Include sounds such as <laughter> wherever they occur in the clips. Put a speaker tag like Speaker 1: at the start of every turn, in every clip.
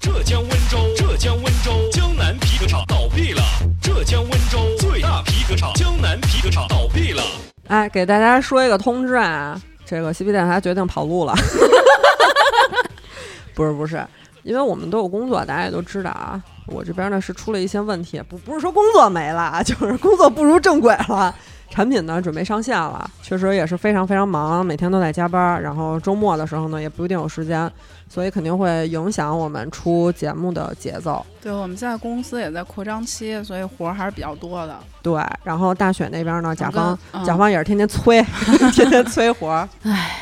Speaker 1: 浙江温州，浙江温州江南皮革厂倒闭了。浙江温州最大皮革厂江南皮革厂倒闭了。
Speaker 2: 哎，给大家说一个通知啊，这个 CP 电台决定跑路了。 <laughs> 不是不是，因为我们都有工作，大家也都知道啊。我这边呢是出了一些问题，不不是说工作没了啊，就是工作步入正轨了。产品呢准备上线了，确实也是非常非常忙，每天都在加班，然后周末的时候呢也不一定有时间，所以肯定会影响我们出节目的节奏。
Speaker 3: 对，我们现在公司也在扩张期，所以活儿还是比较多的。
Speaker 2: 对，然后大雪那边呢，甲方
Speaker 3: 嗯
Speaker 2: 甲方也是天天催， <laughs> 天天催活儿。
Speaker 3: 唉，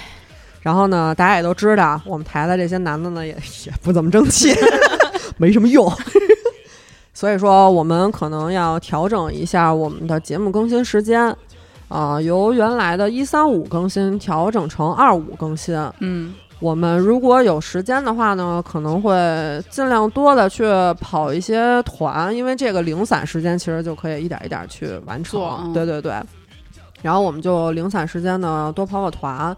Speaker 2: 然后呢，大家也都知道，我们台的这些男的呢，也也不怎么争气， <laughs> 没什么用。 <laughs> 所以说，我们可能要调整一下我们的节目更新时间，啊、由原来的一三五更新调整成二五更新。
Speaker 3: 嗯，
Speaker 2: 我们如果有时间的话呢，可能会尽量多的去跑一些团，因为这个零散时间其实就可以一点一点去完成
Speaker 3: 做。嗯
Speaker 2: 对对对，然后我们就零散时间呢多跑跑团，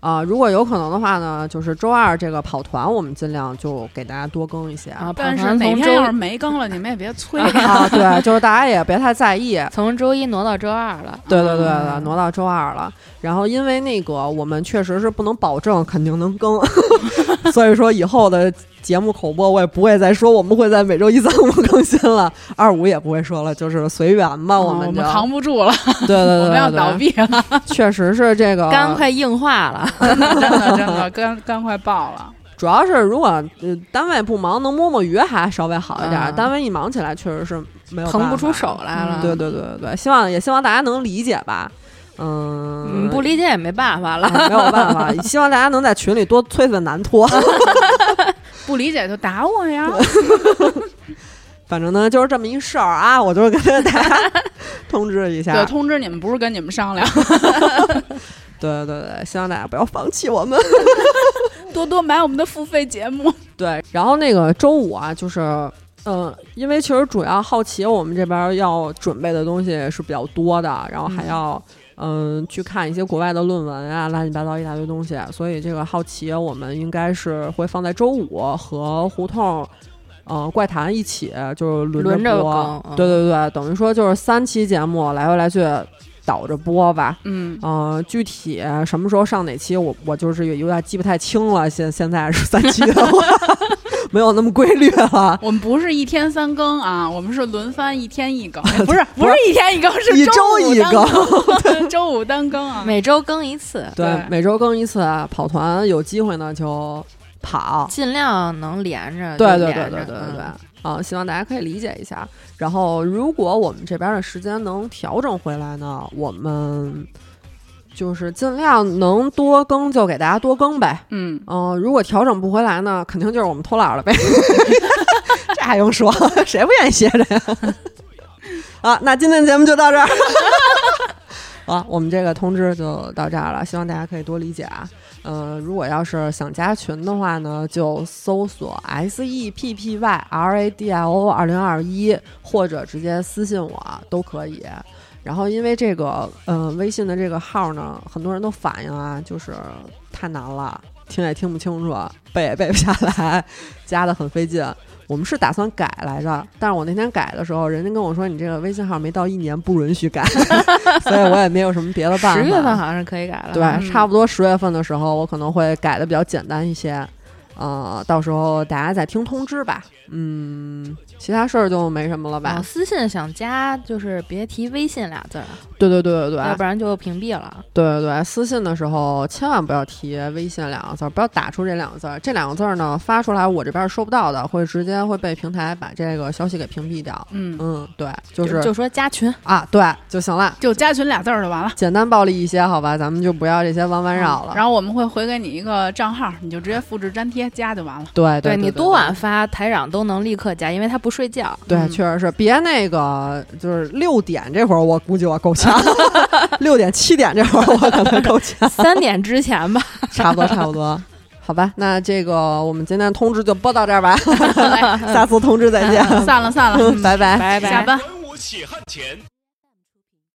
Speaker 2: 啊、如果有可能的话呢，就是周二这个跑团，我们尽量就给大家多更一些。
Speaker 4: 啊，
Speaker 3: 但
Speaker 4: 跑
Speaker 3: 是
Speaker 4: 团
Speaker 3: 哪
Speaker 4: 从
Speaker 3: 天要是
Speaker 4: 周
Speaker 3: 没更了，你们也别催。
Speaker 2: 啊，对，就是大家也别太在意，
Speaker 4: 从周一挪到周二了。
Speaker 2: 对对对对，挪到周二了。然后因为那个我们确实是不能保证肯定能更， <laughs> 所以说以后的节目口播我也不会再说我们会在每周一、三、五更新了， <laughs> 二五也不会说了，就是随缘吧，们
Speaker 3: 嗯我
Speaker 2: 就
Speaker 3: 们扛不住了，
Speaker 2: 对对对
Speaker 3: <laughs> 我们要
Speaker 2: 对
Speaker 3: 倒闭了，
Speaker 2: <laughs> 确实是这个
Speaker 4: 肝快硬化了，
Speaker 2: <laughs>
Speaker 3: 真的真的真的肝肝快爆了。
Speaker 2: 主要是如果呃单位不忙，能摸摸鱼还稍微好一点。
Speaker 4: 嗯
Speaker 2: 单位一忙起来，确实是没有
Speaker 4: 腾
Speaker 2: 办
Speaker 4: 不出
Speaker 2: 法
Speaker 4: 手来了。
Speaker 3: 嗯
Speaker 2: 对对对对对，希望也希望大家能理解吧。嗯
Speaker 4: 嗯，，不理解也没办法了。
Speaker 2: 哎没有办法，希望大家能在群里多催催南托。
Speaker 3: 不理解就打我呀！
Speaker 4: <laughs>
Speaker 2: 反正呢，就是这么一事儿啊，我就是跟大家 <laughs> 通知一
Speaker 3: 对，
Speaker 2: 下。
Speaker 3: 通知你们不是跟你们商量，
Speaker 2: 对对对，希望大家不要放弃我们。
Speaker 3: 多多买我们的付费节目。
Speaker 2: 对，然后那个周五啊，就是嗯、呃因为其实主要好奇我们这边要准备的东西是比较多的，然后还要嗯、去看一些国外的论文啊，乱七八糟一大堆东西，所以这个好奇我们应该是会放在周五和胡同。嗯、怪谈一起就是轮
Speaker 4: 轮着
Speaker 2: 播，
Speaker 4: 更嗯
Speaker 2: 对对对，等于说就是三期节目来回来去倒着播吧。
Speaker 3: 嗯，
Speaker 2: 呃，具体什么时候上哪期，我我就是有有点记不太清了。现现在是三期的 <laughs> 话，没有那么规律了。
Speaker 3: <laughs> 我们不是一天三更啊，我们是轮番一天
Speaker 2: <laughs>
Speaker 3: 一更，不是不是一天一更，是
Speaker 2: 一
Speaker 3: 周
Speaker 2: 周
Speaker 3: 五
Speaker 2: 一
Speaker 3: 单更， <laughs> 周五单更啊。
Speaker 4: 每周更一次，
Speaker 2: 对，
Speaker 3: 对
Speaker 2: 每周更一次，啊跑团有机会呢就跑。
Speaker 4: 尽量能连着就
Speaker 2: 对对
Speaker 4: 连
Speaker 2: 对
Speaker 4: 着。
Speaker 2: 对对对对
Speaker 4: 嗯，
Speaker 2: 啊，希望大家可以理解一下。然后，如果我们这边的时间能调整回来呢，我们就是尽量能多更就给大家多更呗。
Speaker 3: 嗯，
Speaker 2: 嗯、如果调整不回来呢，肯定就是我们偷懒了呗。这还用说？谁不愿意歇着呀？啊，那今天节目就到这儿。 <laughs> 啊，我们这个通知就到这儿了，希望大家可以多理解啊。嗯、如果要是想加群的话呢，就搜索 S E P P Y R A D I O 二零二一，或者直接私信我都可以。然后因为这个，嗯、微信的这个号呢，很多人都反映啊，就是太难了，听也听不清楚，背也背不下来， <laughs> 加的很费劲。我们是打算改来着，但是我那天改的时候，人家跟我说你这个微信号没到一年不允许改， <laughs> 所以我也没有什么别的办法。
Speaker 4: 嗯十月份好像是可以改了。
Speaker 2: 对，
Speaker 3: 嗯
Speaker 2: 差不多十月份的时候，我可能会改的比较简单一些。呃，到时候大家再听通知吧。嗯，其他事儿就没什么了吧？
Speaker 4: 哦私信想加就是别提微信俩字儿，
Speaker 2: 对对对对对
Speaker 4: 要不然就屏蔽了。
Speaker 2: 对对对，私信的时候千万不要提微信两个字儿，不要打出这两个字儿。这两个字儿呢，发出来我这边儿收不到的，会直接会被平台把这个消息给屏蔽掉。
Speaker 3: 嗯
Speaker 2: 嗯，对，就是
Speaker 4: 就就说加群，
Speaker 2: 啊，对就行了，
Speaker 3: 就加群俩字儿就完了。
Speaker 2: 简单暴力一些，好吧，咱们就不要这些弯弯绕了。
Speaker 3: 嗯然后我们会回给你一个账号，你就直接复制粘贴加就完了。
Speaker 2: 对对
Speaker 4: 你
Speaker 2: 对
Speaker 4: 多晚发台长都能立刻加，因为他不睡
Speaker 2: <laughs>
Speaker 4: 觉。
Speaker 2: 对，
Speaker 3: 嗯
Speaker 2: 确实是，别那个就是六点这会儿，我估计我够呛， <laughs> 六点七点这会儿我可能够呛，
Speaker 4: 三点之前吧，
Speaker 2: <laughs> 差不多差不多，好吧，那这个我们今天通知就播到这儿吧，嗯 <laughs> 下次通知再见，
Speaker 3: 嗯散了散了，
Speaker 2: 拜拜。
Speaker 4: 拜拜
Speaker 3: 下。班。
Speaker 1: 人我血汗钱，